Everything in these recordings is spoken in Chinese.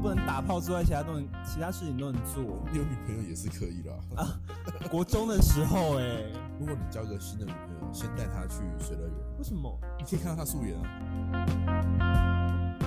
不能打炮之外，其他都能，其他事情都能做。你有女朋友也是可以啦。啊啊国中的时候、哎，如果你交个新的女朋友，先带她去水乐园，为什么？你可以看到她素颜啊。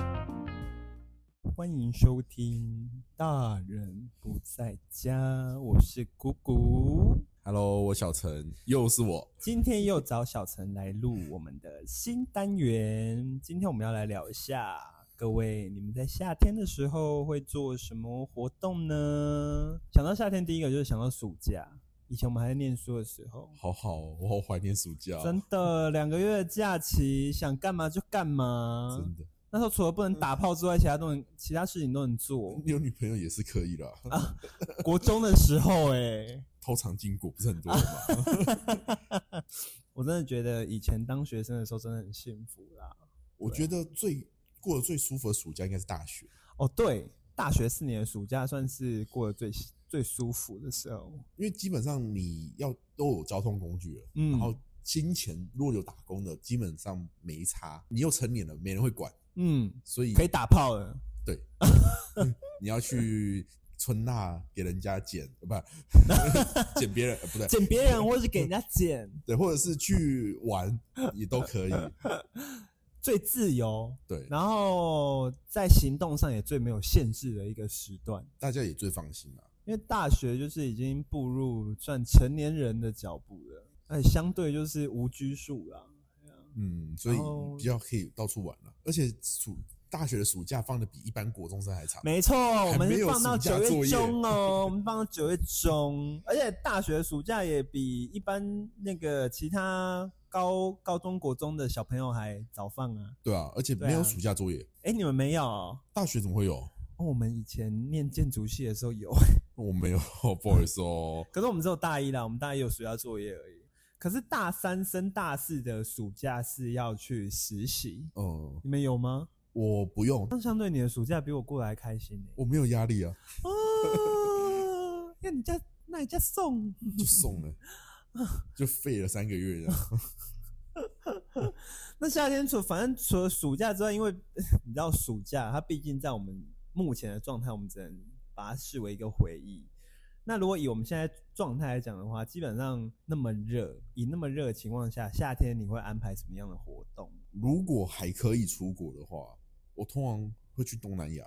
欢迎收听《大人不在家》，我是姑姑。 Hello，我小陈，又是我。今天又找小陈来录我们的新单元。今天我们要来聊一下，各位你们在夏天的时候会做什么活动呢？想到夏天，第一个就是想到暑假。以前我们还在念书的时候，好好哦，我好怀念暑假哦、真的两个月的假期，想干嘛就干嘛。真的。那时候除了不能打炮之外，其他都能，其他事情都能做。 你有女朋友也是可以啦。啊国中的时候、哎，偷尝禁果不是很多的啊吗？ 我真的觉得以前当学生的时候真的很幸福啦。我觉得最过得最舒服的暑假应该是大学。哦，对，大学四年的暑假算是过得最最舒服的时候。因为基本上你要都有交通工具了，嗯然后金钱如果有打工的，基本上没差。你又成年了，没人会管，嗯，所以可以打炮了。对，你要去春娜给人家剪， 呃不剪别人，呃不对， 捡别人或是给人家捡，对，或者是去 玩也都可以，最自由，对，然后在行动上也最没有限制的一个时段。大家也最放心啦、因为大学就是已经步入算成年人的脚步了，哎，相对就是无拘束啦。嗯，所以然后比较可以到处玩了，而且暑大学的暑假放的比一般国中生还长，没错，我们没是有放到暑假九月作业中哦，我们放到九月中，而且大学暑假也比一般那个其他高高中国中的小朋友还早放啊。对啊，而且对啊没有暑假作业，哎，你们没有哦？大学怎么会有？哦我们以前念建筑系的时候有， 我没有，不好意思哦。可是我们只有大一啦，我们大一有暑假作业而已。可是大三升大四的暑假是要去实习，嗯，你们有吗？我不用，那相对你的暑假比我过得还开心呢、我没有压力啊， 哦，那你家那你家送，就送了，就废了三个月这样。 那夏天除反正除了暑假之外，因为 你知道暑假它毕竟在我们目前的状态，我们只能把它视为一个回忆。那如果以我们现在状态来讲的话，基本上那么热，以那么热的情况下，夏天你会安排什么样的活动？如果还可以出国的话，我通常会去东南亚，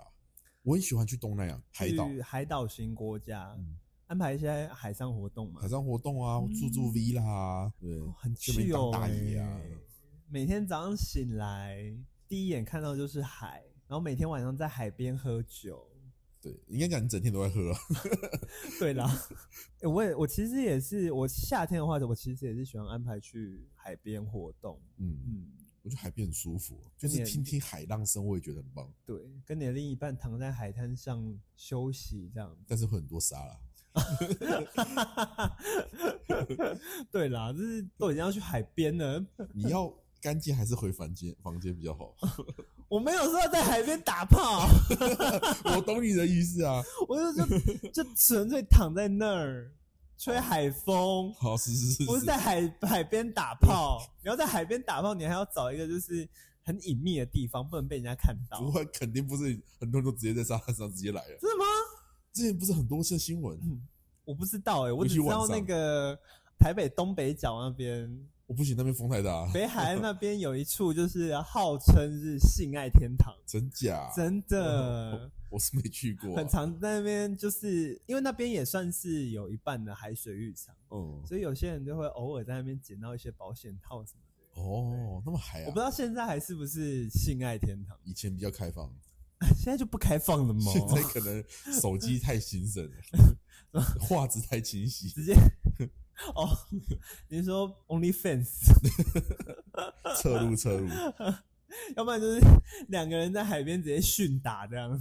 我很喜欢去东南亚海岛、去海岛型国家，嗯安排一些海上活动嘛海。上活动啊，住住 villa 啊，对，嗯哦很顺便去哦、当大爷啊每天早上醒来，第一眼看到就是海，然后每天晚上在海边喝酒。对，应该讲你整天都在喝、啊， 对啦，欸我也我其实也是，我夏天的话，我其实也是喜欢安排去海边活动。嗯，嗯，我觉得海边很舒服，啊就真的是听听海浪声，我也觉得很棒，对，跟你的另一半躺在海滩上休息这样。但是会很多沙啦。 对啦，就是都已经要去海边了，你要干净还是回房间？房间比较 好。我没有说要在海边打炮，我懂你的意思啊。我 就就就纯粹躺在那儿吹海风，好，是是哦是，不是在啊海海边打炮，你要在海边打炮，你还要找一个就是很隐秘的地方，不能被人家看到。不会，肯定不是很多人都直接在沙滩上直接来 了。真的吗？之前不是很多次新闻，嗯我不知道哎、我尤只其知道晚上那个台北东北角那边、我不行，那边风太大，北海岸那边有一处，就是号称是性爱天堂，真假？真的。我是没去过、啊很。常在那边，就是因为那边也算是有一半的海水浴场，嗯，所以有些人就会偶尔在那边捡到一些保险套什么的。哦，那么海我不知啊，道现在还是不是性爱天堂， 以前比较开放，现在就不开放了吗？现在可能手机太兴盛 了，画质太清晰，直接哦， 你说 OnlyFans， 侧录侧录，要不然就是两个人在海边直接训打这样。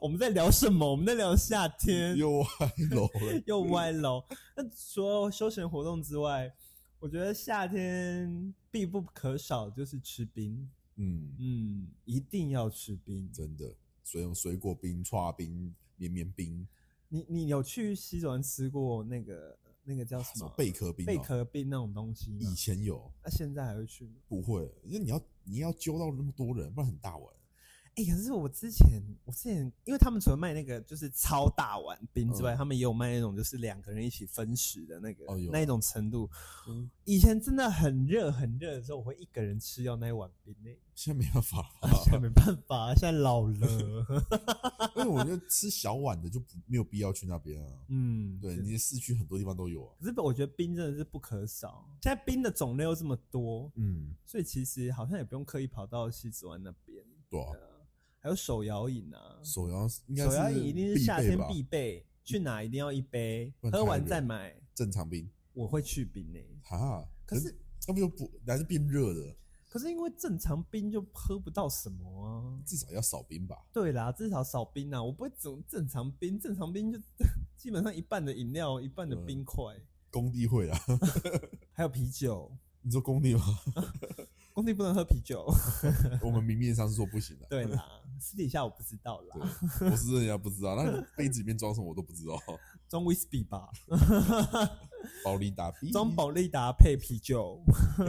我们在聊什么？我们在聊夏 天，又歪楼了。又歪楼。那除了休闲活动之外，我觉得夏天必不可少就是吃冰，嗯，嗯，一定要吃冰。真的，所以用水果冰、刨冰、绵绵冰、你你有去西九湾吃过那个那个叫什什么么贝壳冰、啊哦贝，壳冰那种东西吗以？前有，那、现在还会去吗？不会，因为你要你要揪到那么多人，不然很大碗。哎、可是我之前，我之前，因为他们除了卖那个就是超大碗冰之外，嗯他们也有卖那种就是两个人一起分食的那个、哦有啊那一种程度。嗯以前真的很热很热的时候，我会一个人吃掉那一碗冰 诶、现在没办法啊了， 现在没办法，现在老 了。因为我觉得吃小碗的就不没有必要去那边啊。嗯，对，是你市区很多地方都有啊。可是我觉得冰真的是不可少，现在冰的种类又这么多，嗯，所以其实好像也不用刻意跑到西子湾那边。对啊对，啊，还有手摇饮啊，手摇应该手摇是饮一定是必夏备天吧必备，去哪一定要一杯，不然喝太完热再买。正常冰我会去冰欸诶、啊。可是要不就不，还是变热的，可是因为正常冰就喝不到什么啊。至少要少冰吧。对啦，至少少冰啊，我不会总正常冰，正常冰就 基本上一半的饮料，一半的冰块，工地会啊， 还有啤酒。你说工地吗？工地不能喝啤酒， 我们明面上是说不行的、对啦，私底下我不知道啦。对，我是真的也不知道，那杯子里面装什么我都不知道。装 whisky 吧，保利达 B，装宝利达配啤酒。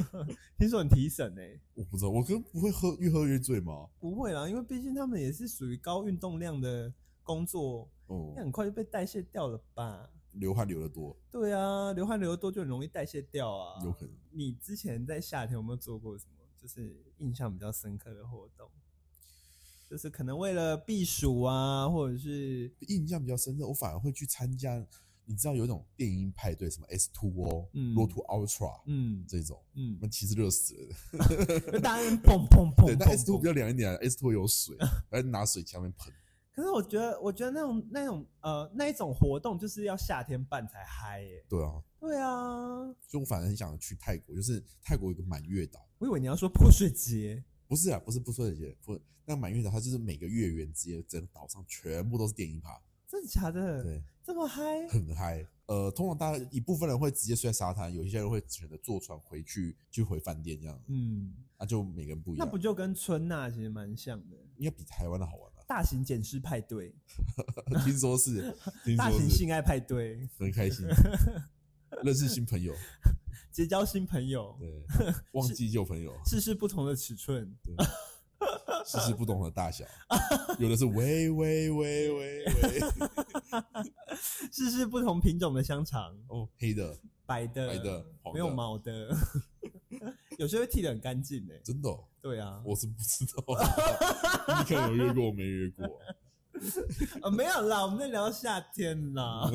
听说很提神呢、我不知道，我跟不会喝，越喝越醉吗？不会啦，因为毕竟他们也是属于高运动量的工作，哦、那很快就被代谢掉了吧？流汗流的多，对啊，流汗流得多就很容易代谢掉啊。有可能。你之前在夏天有没有做过什么就是印象比较深刻的活动？就是可能为了避暑啊，或者是印象比较深刻，我反而会去参加，你知道有一种电音派对，什么 S Two O、嗯 Road to Ultra、嗯这种， 嗯，那其实热死了。就大家在那边砰砰砰对，砰但 S Two 比砰。较凉一点，S 啊 Two 有水， 然后拿水枪那边喷。可是我觉得，我觉得那种那种呃那一种活动就是要夏天办才嗨耶、对啊，对啊，所以我反而很想去泰国，就是泰国有个满月岛，我以为你要说泼水节。不是啊，不是不说这些，不，那满月岛它就是每个月圆之夜，整个岛上全部都是电音趴，真的假的？对，这么 嗨？很嗨。呃，通常大家一部分人会直接睡在沙滩，有一些人会选择坐船回去，就回饭店这样，嗯，啊，就每个人不一那样，不就跟春娜其实蛮像的，应该比台湾的好玩吧、 大型捡尸派对，听说是，听大说型是，性爱派对，很开 心，认识新朋友，结交新朋友，对， 忘记旧朋友，试试不同的尺寸。 对，世事不同的大小，有的是喂喂喂喂喂，试试不同品种的香肠，哦，黑的，白的、白的黄的没有毛的， 有些会剃得很干净呢。欸真的哦、对啊，我是不知道，你 可能有约过，我没约过，呃，没有啦，我们在聊夏天啦。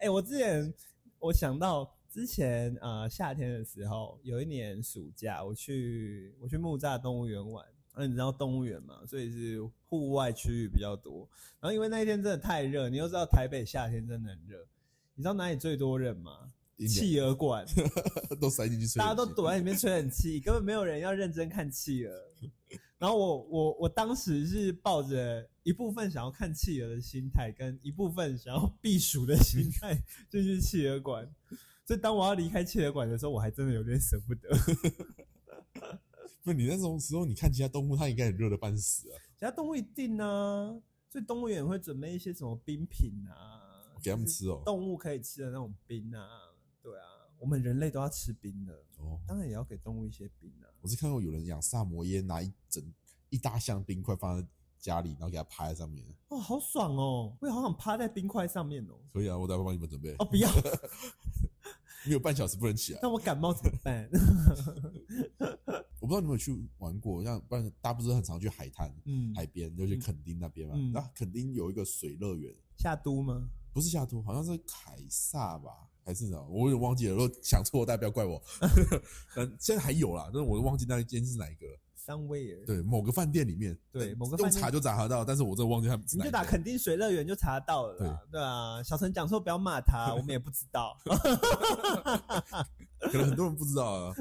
哎、我之前我想到之前呃夏天的时候，有一年暑假我去我去木栅动物园玩，那、你知道动物园嘛，所以是户外区域比较多。然后因为那一天真的太热，你又知道台北夏天真的很热，你知道哪里最多人吗？企鹅馆，都塞进去吹冷气，大家都躲在里面吹冷气， 根本没有人要认真看企鹅。然后我我我当时是抱着一部分想要看企鹅的心态，跟一部分想要避暑的心态进去企鹅馆。 所以当我要离开企鹅馆的时候，我还真的有点舍不 得。不是你那种时候，你看其他动物，它应该也热的半死啊，其他动物一定啊，所以动物园会准备一些什么冰品啊，给他们就是吃哦。动物可以吃的那种冰啊。对啊，我们人类都要吃冰的，哦，当然也要给动物一些冰啊。我是看过有人养萨摩耶，拿一整一大箱冰块放在家里，然后给它趴在上面。哦，好爽哦！我也好想趴在冰块上面哦。可以啊，我待会帮你们准备哦，。不要， 没有半小时不能起来。那我感冒怎么办？ 我不知道你们有去玩过，像不然大家不是很常去海滩、嗯，海边，尤其垦丁那边嘛嗯。然后垦丁有一个水乐园，夏都吗？不是夏都，好像是凯撒吧，还是什么？我有点忘记了。如果想错，大家不要怪我。 嗯，现在还有啦，但是我都忘记那一间是哪一个了。三威尔，对，某个饭店里面，对某个饭用店查就查得到，但是我真的忘记他们是你哪一就个。打垦丁水乐园就查得到了啦。对啊，小陈讲说不要骂他，我们也不知道。 可能很多人不知道啊，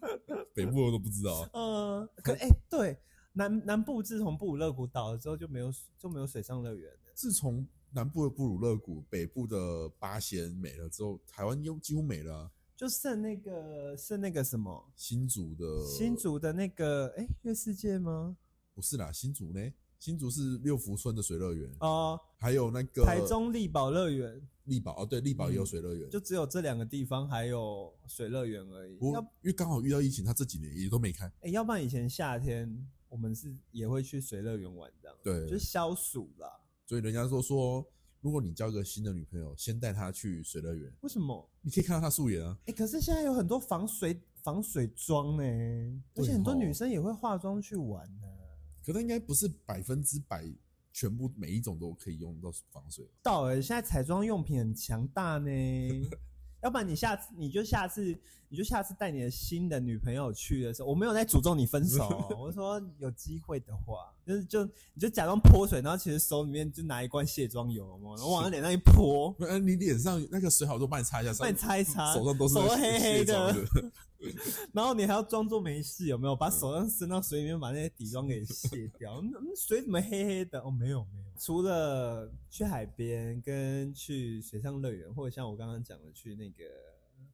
北部人都不知道啊。嗯，可哎、对，南南部自从布鲁勒谷倒了之后就没有就没有水上乐园了。自从南部的布鲁勒谷、北部的八仙没了之后，台湾又几乎没了啊、就剩那个剩那个什么新竹的新竹的那个哎、月世界吗？不是啦，新竹呢？新竹是六福村的水乐园，哦、还有那个台中嗯力宝乐园，力宝哦，对，力宝也有水乐园。就只有这两个地方还有水乐园而已。不过要欸因为刚好遇到疫情，他这几年也都没开。哎、要不然以前夏天我们是也会去水乐园玩这样，对就是消暑啦。所以人家说说，如果你交个新的女朋友，先带她去水乐园，为什么？你可以看到她素颜啊。哎、可是现在有很多防水防水妆呢、而对且很多吼女生也会化妆去玩呢、可它应该不是百分之百全部每一种都可以用到防水。到了现在彩妆用品很强大呢， 要不然你下次你就下次你就下次带你的新的女朋友去的时候，我没有在诅咒你分手哦、我说有机会的话，就是就你就假装泼水，然后其实手里面就拿一罐卸妆油，有没有然后往她脸上一泼，不然你脸上那个水好多，帮你擦一下，帮你擦一擦，手上都是手都黑黑卸妆的的，然后你还要装作没事，有没有？把手上伸到水里面，把那些底妆给卸掉。嗯嗯水怎么黑黑的？哦，没有没有。除了去海边跟去水上乐园，或者像我刚刚讲的去那个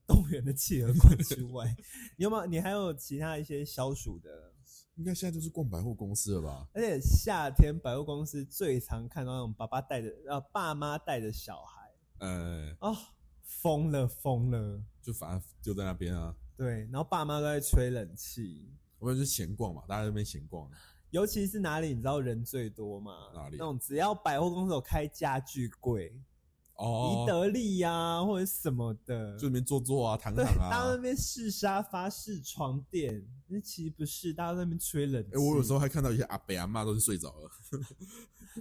动物园的企鹅馆之外，你有没有？你还有其他一些消暑的？应该现在就是逛百货公司了吧？而且夏天百货公司最常看到那种爸爸带着呃爸妈带着小孩呃，哦，疯了疯了。就反正就在那边啊，对，然后爸妈都在吹冷气，我们就闲逛嘛，大家在那边闲逛。尤其是哪里你知道人最多吗？哪里那种只要百货公司有开家具柜，宜哦，得利呀、或者什么的，就那边坐坐啊，躺对，躺大家在那啊。边试沙发、试床垫，那其实不是，大家在那边吹冷气，哎，我有时候还看到一些阿伯阿妈都是睡着了，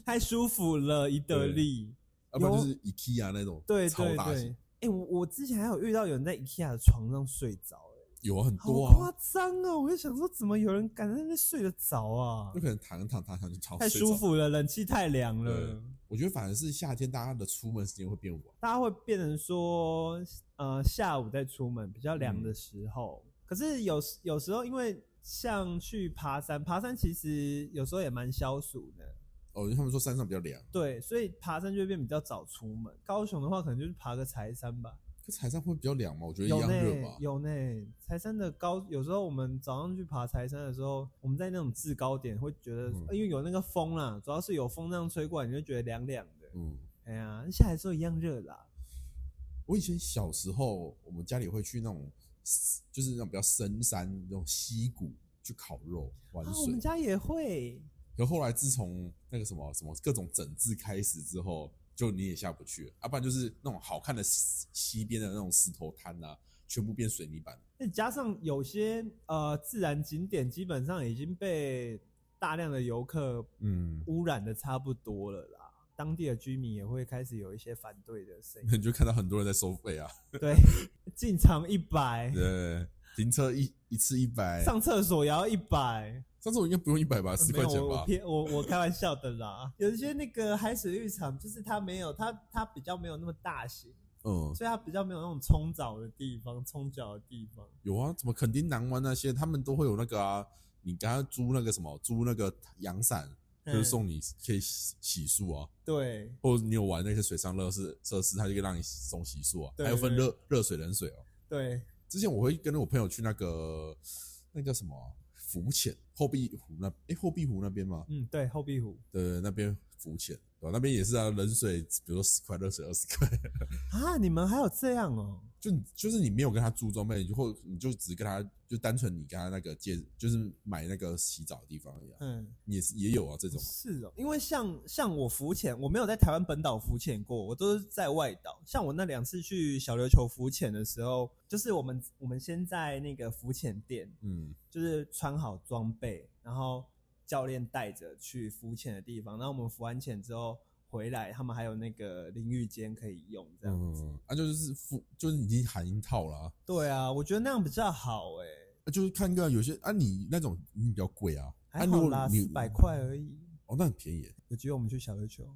太舒服了，宜得利，要不然就是 IKEA 那种对超对大对型，。哎、我我之前还有遇到有人在 IKEA 的床上睡着、哎，有啊很好多夸啊，张哦！我就想说，怎么有人敢在那边睡得着 啊就？可能躺一躺躺一躺就超太睡着舒。服了，冷气太凉了对。我觉得反而是夏天大家的出门时间会变晚，大家会变成说，呃，下午再出门比较凉的嗯时候。可是有时有时候，因为像去爬山，爬山其实有时候也蛮消暑的，哦，因为他们说山上比较凉，对，所以爬山就会变比较早出门。高雄的话，可能就是爬个柴山吧，可是海上会比较凉嘛，我觉得一有样呢热吧。有呢。柴山的高，有时候我们早上去爬柴山的时候，我们在那种制高点会觉得，嗯因为有那个风啦，主要是有风这样吹过来，你就觉得凉凉的。嗯，哎呀，下来的时候一样热啦。我以前小时候，我们家里会去那种，就是那种比较深山那种溪谷去烤肉玩啊，我水们。家也会。可后来自从那个什么什么各种整治开始之后，就你也下不去了，要、不然就是那种好看的溪溪边的那种石头滩啊，全部变水泥板。那加上有些呃自然景点基本上已经被大量的游客嗯，污染的差不多了啦，当地的居民也会开始有一些反对的声音。你就看到很多人在收费啊， 对，进场一百，对，停车一一次一百，上厕所也要一 百，上次我应该不用一百吧，十没块有钱我我吧。骗我我开玩笑的啦。有一些那个海水浴场，就是它没有它它比较没有那么大型，嗯，所以它比较没有那种冲澡的地方、冲脚的地方。有啊，什么垦丁南湾那些，他们都会有那个啊，你给他租那个什么，租那个阳伞，就是嗯送你可以洗洗漱啊，对或者你有玩那些水上乐事设施，他就可以让你送洗漱啊，对还有分对热热水、冷水哦。对，之前我会跟着我朋友去那个那叫什么啊浮潜，后壁湖那诶，后壁湖那边吗？嗯对，后壁湖。对，那边浮潜，对吧？那边也是啊，冷水比如说十块，热水二十块，啊，你们还有这样哦、就你就是你没有跟他租装备，你就或你就只跟他就单纯你跟他那个借，就是买那个洗澡的地方一样，嗯，也是也有啊这种啊，是哦、因为像像我浮潜，我没有在台湾本岛浮潜过，我都是在外岛。像我那两次去小琉球浮潜的时候，就是我们我们先在那个浮潜店，嗯，就是穿好装备，然后教练带着去浮潜的地方。然后我们浮完潜之后回来，他们还有那个淋浴间可以用，这样子。嗯，啊就是付就是已经含一套啦、对啊，我觉得那样比较好哎、啊就是看个有些啊你那种你比较贵啊，啊还如好果啦，你四百块而已。哦，那很便宜耶，有机会我们去小琉球，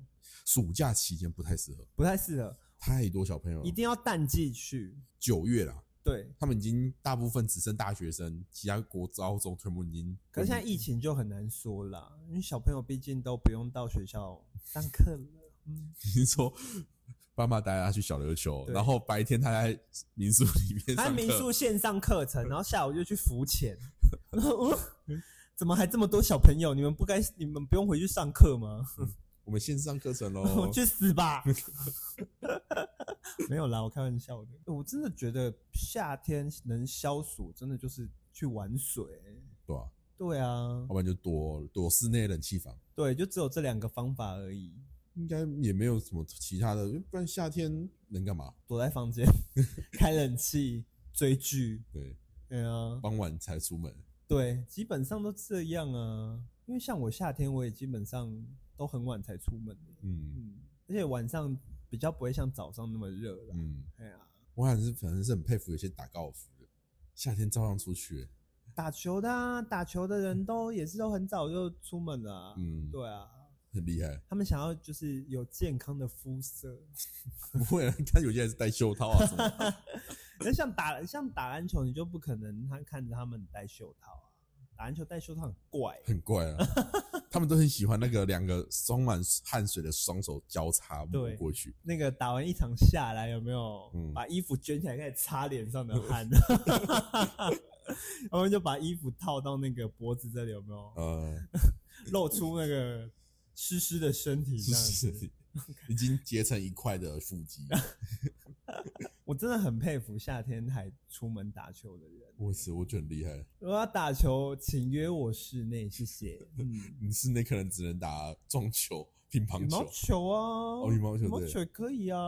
暑假期间不太适合，不太适合，太多小朋友了，一定要淡季去。九月啦，对，他们已经大部分只剩大学生，其他国高中全部已经，可是现在疫情就很难说啦，因为小朋友毕竟都不用到学校上课了。嗯，你是说爸妈带他去小琉球，对然后白天他在民宿里面还有上民课宿线上课程，然后下午就去浮 潜。然后我怎么还这么多小朋友？你们不该，你们不用回去上课吗？我们线上课 程我喽。去死 吧！没有啦，我开玩笑的。我真的觉得夏天能消暑，真的就是去玩水。对啊，对啊要，不然就躲躲室内冷气房，对，就只有这两个方法而已。应该也没有什么其他的，不然夏天能干嘛？躲在房间 开冷气追剧，对，对啊，傍晚才出门，对，基本上都这样啊。因为像我夏天，我也基本上都很晚才出门，嗯嗯，而且晚上比较不会像早上那么热了。嗯，哎呀，我还是反正是很佩服有些打高尔夫的，夏天照样出去，打球的、啊、打球的人都也是都很早就出门了、啊，嗯，对啊，很厉害。他们想要就是有健康的肤色。不会啊，看有些人是戴袖套啊 什么的，那像打像打篮球，你就不可能他看着他们戴袖套啊，打篮球戴袖套很怪、很怪啊。他们都很喜欢那个两个装满汗水的双手交叉摸对过去，那个打完一场下来，有没有、嗯把衣服卷起来开始擦脸上 的汗？然后就把衣服套到那个脖子这里，有没有呃，露出那个湿湿的身体？这是样是子， 是，已经结成一块的腹肌。我真的很佩服夏天还出门打球的人。 我是，我觉得很厉害。如果要打球，请约我室内，谢谢。嗯，你室内可能只能打撞球、 乒羽乓毛球，球啊，哦羽毛球羽毛对球也可以啊，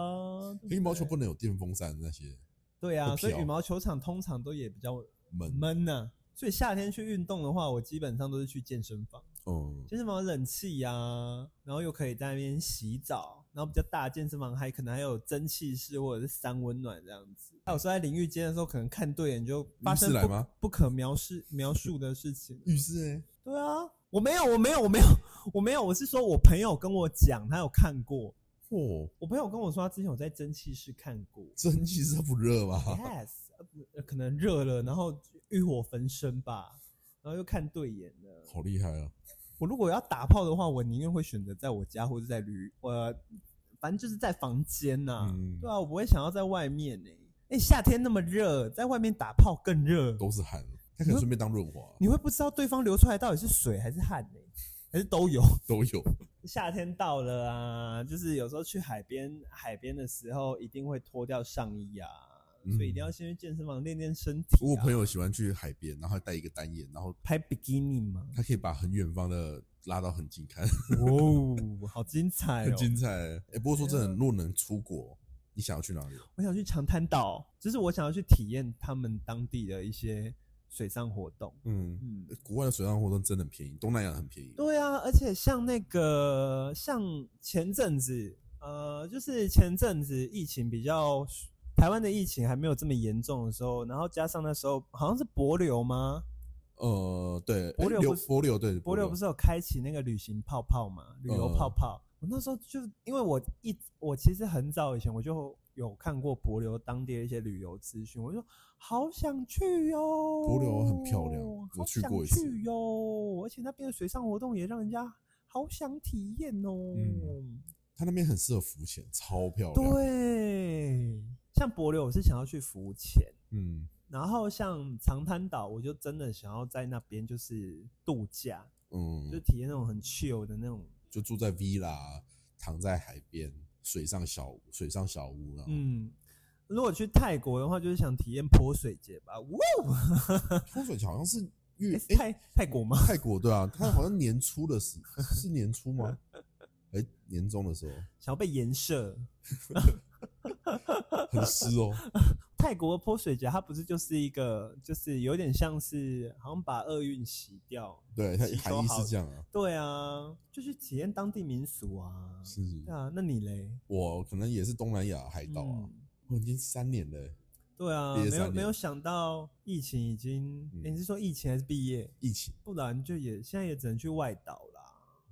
可羽毛球对不能有电风扇那些对啊，不所以飘羽毛球场通常都也比较门。闷呐、所以夏天去运动的话，我基本上都是去健身房，嗯，健身房有冷气呀、然后又可以在那边洗澡，然后比较大的健身房还可能还有蒸汽室或者是三温暖这样子。还有时候在淋浴间的时候，可能看对眼就发生浴室来不吗不可描述描述的事情。浴室哎、对啊，我没有，我没有，我没有，我没有，我是说我朋友跟我讲，他有看过，嚯、我朋友跟我说他之前有在蒸汽室看过。蒸汽是不热吗？ Yes，呃可能热了，然后欲火焚身吧，然后又看对眼了。 好厉害啊！我如果要打炮的话，我宁愿会选择在我家或者在旅，呃，反正就是在房间呐、嗯对啊，我不会想要在外面呢、欸。哎、夏天那么热，在外面打炮更热，都是 汗，他可能顺便当润 滑，啊你会不知道对方流出来到底是水还是汗呢、还是都有。 都有。夏天到了啊，就是有时候去海边，海边的时候一定会脱掉上衣啊，嗯所以一定要先去健身房练练身体、啊。我有朋友喜欢去海边，然后带一个单眼，然后拍比基尼 吗？他可以把很远方的拉到很近看，哦，好精彩很哦！精彩欸。哎、不过说真对的，啊如果能出国，你想要去哪里？我想去长滩岛，就是我想要去体验他们当地的一些水上活动。嗯，嗯，国外的水上活动真的很便宜，东南亚很便宜。对啊，而且像那个，像前阵子，呃，就是前阵子疫情比较，台湾的疫情还没有这么严重的时候，然后加上那时候好像是博流吗？呃，对，帛哎琉琉不是帛琉对，博流不是有开启那个旅行泡泡嘛，旅嗯游泡泡。我那时候就因为我一我其实很早以前我就有看过博流当地的一些旅游资讯，我就好想去哟、哦。帛琉很漂亮好我去想过一次去哟、而且那边的水上活动也让人家好想体验哦。嗯它那边很适合浮潜，超漂亮。，对，像博流我是想要去浮潜，嗯，然后像长滩岛，我就真的想要在那边就是度假，就嗯，体验那种很 chill 的那种。就住在 villa，躺在海边，水上小水上小屋，然后嗯，如果去泰国的话，就是想体验泼水节吧。哇哦，泼水节好像是月 诶诶是泰泰国吗？泰 国对啊，它好像年初的时是年初吗？哎、年终的时候想要被颜射。很湿哦，泰国的泼水节，它不是就是一个，就是有点像是好像把厄运洗掉。对，它吸收含义好是这样啊，对啊，就去体验当地民俗啊。是对啊，那你嘞？我可能也是东南亚海岛啊，嗯我已经三年了欸、对啊，毕业没有三没有年想到疫情已经，嗯诶你是说疫情还是毕业？疫情不然就也现在也只能去外岛啦，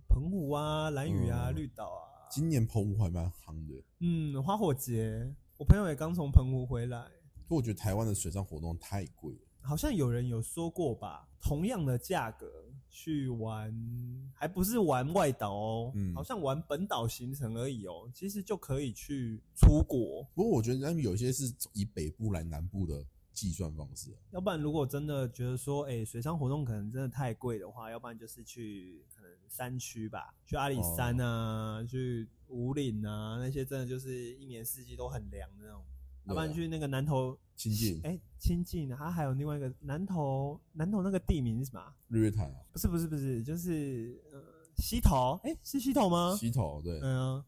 澎湖啊、蓝屿啊、嗯绿岛啊。今年澎湖还蛮夯的，嗯，花火节，我朋友也刚从澎湖回来，可我觉得台湾的水上活动太贵了。好像有人有说过吧，同样的价格去玩，还不是玩外岛哦，嗯好像玩本岛行程而已哦，其实就可以去出国。不过我觉得他们有些是以北部来南部的计算方式啊、要不然，如果真的觉得说，哎、水上活动可能真的太贵的话，要不然就是去可能山区吧，去阿里山啊，去五岭啊，那些真的就是一年四季都很凉的那种。要不然去那个南投亲近哎亲近，它还有另外一个南投南投那个地名是什么啊？日月潭啊，不是不是不是，就是呃溪头，哎、是溪头吗？溪头对，嗯啊、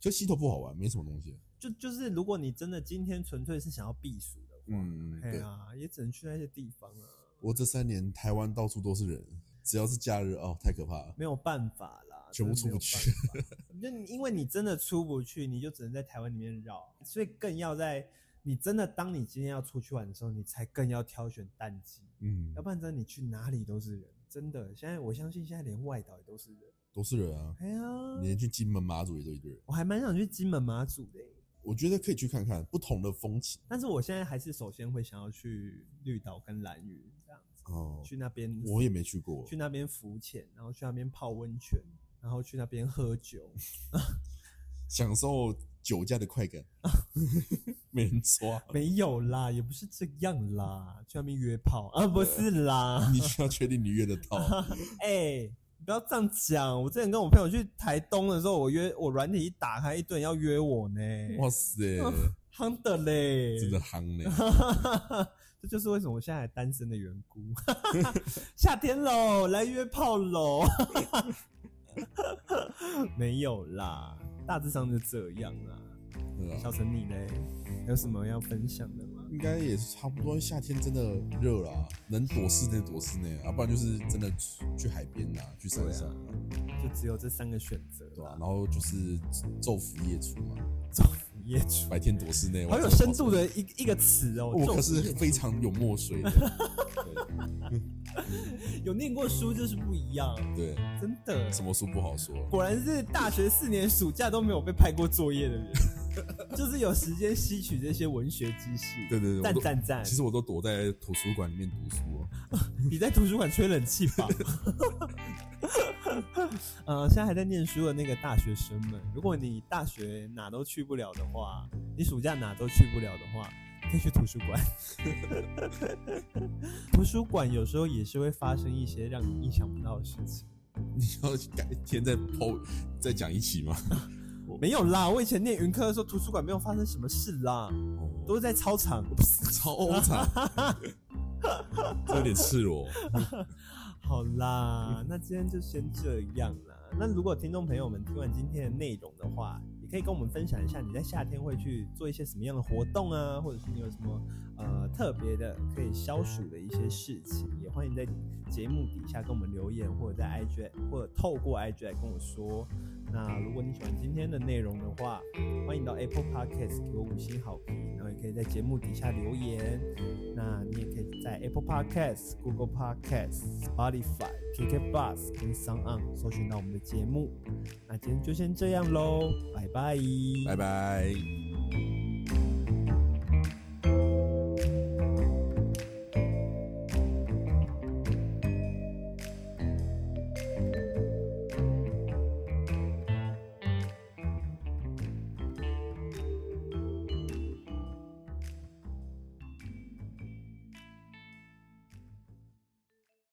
就溪头不好玩，没什么东西。就就是如果你真的今天纯粹是想要避暑的话，嗯，哎对，呀、也只能去那些地方啊，我这三年台湾到处都是人，只要是假日哦，太可怕了。没有办法啦，全部真的没有出办法。就你因为你真的出不去，你就只能在台湾里面绕，所以更要在你真的当你今天要出去玩的时候，你才更要挑选淡季，嗯要，不然真的你去哪里都是人，真的。现在我相信现在连外岛也都是人，都是人啊，哎你呀，连去金门马祖也都一堆人。我还蛮想去金门马祖的耶、欸我觉得可以去看看不同的风情但是我现在还是首先会想要去绿岛跟兰屿这样子，哦。去那边我也没去过去，那边浮潜，然后去那边泡温泉，然后去那边喝酒，享受酒驾的 快感，没人抓。没有啦，也不是这样啦，去那边约炮啊，不是啦，你需要确定你约得 到，哎、你不要这样讲。我之前跟我朋友去台东的时候，我约我软体一打开，一堆人要约我呢，哇塞，夯的嘞，真的夯呢！ 这就是为什么我现在还单身的缘故。 夏天喽，来约炮喽。 没有啦，大致上就这样啦。对啊小陈你嘞，有什么要分享的吗？应该也是差不多，夏天真的热啦、能躲室内躲室内啊，不然就是真的去去海边啊，去山上啊，就只有这三个选择对吧、啊啦然。后就是昼伏夜出嘛， 造福业主，白天躲室内，好有晚上深度跑的一一个词哦。步。我可就是非常有墨 水的，有念过书就是不一样，对，真的。什么书不好说，果然是大学四年暑假都没有被派过作业的人， 就是有时间吸取这些文学知识。对对对，我赞都赞赞！其实我都躲在图书馆里面读书、 啊，你在图书馆吹冷气吧？ 呃，现在还在念书的那个大学生们，如果你大学哪都去不了的话，你暑假哪都去不了的话，你可以去图书馆。 图书馆有时候也是会发生一些让你意想不到的事情。你要改天再抛再讲一期吗？没有啦，我以前念云科的时候，图书馆没有发生什么事啦，都都是在操场。哦超欧 惨，这有点赤裸。好啦，那今天就先这样啦。那如果听众朋友们听完今天的内容的话，也可以跟我们分享一下你在夏天会去做一些什么样的活动啊，或者是你有什么呃特别的可以消暑的一些事情，也欢迎在节目底下跟我们留言，或者在 IG 或者透过 IG 来跟我说。那如果你喜欢今天的内容的话，欢迎到 Apple Podcast 给我五星好评，然后也可以在节目底下留言。那你也可以在 Apple Podcast、Google Podcast、Spotify、KK Bus 跟 s o n On 搜寻到我们的节目。那今天就先这样喽，拜拜，拜拜。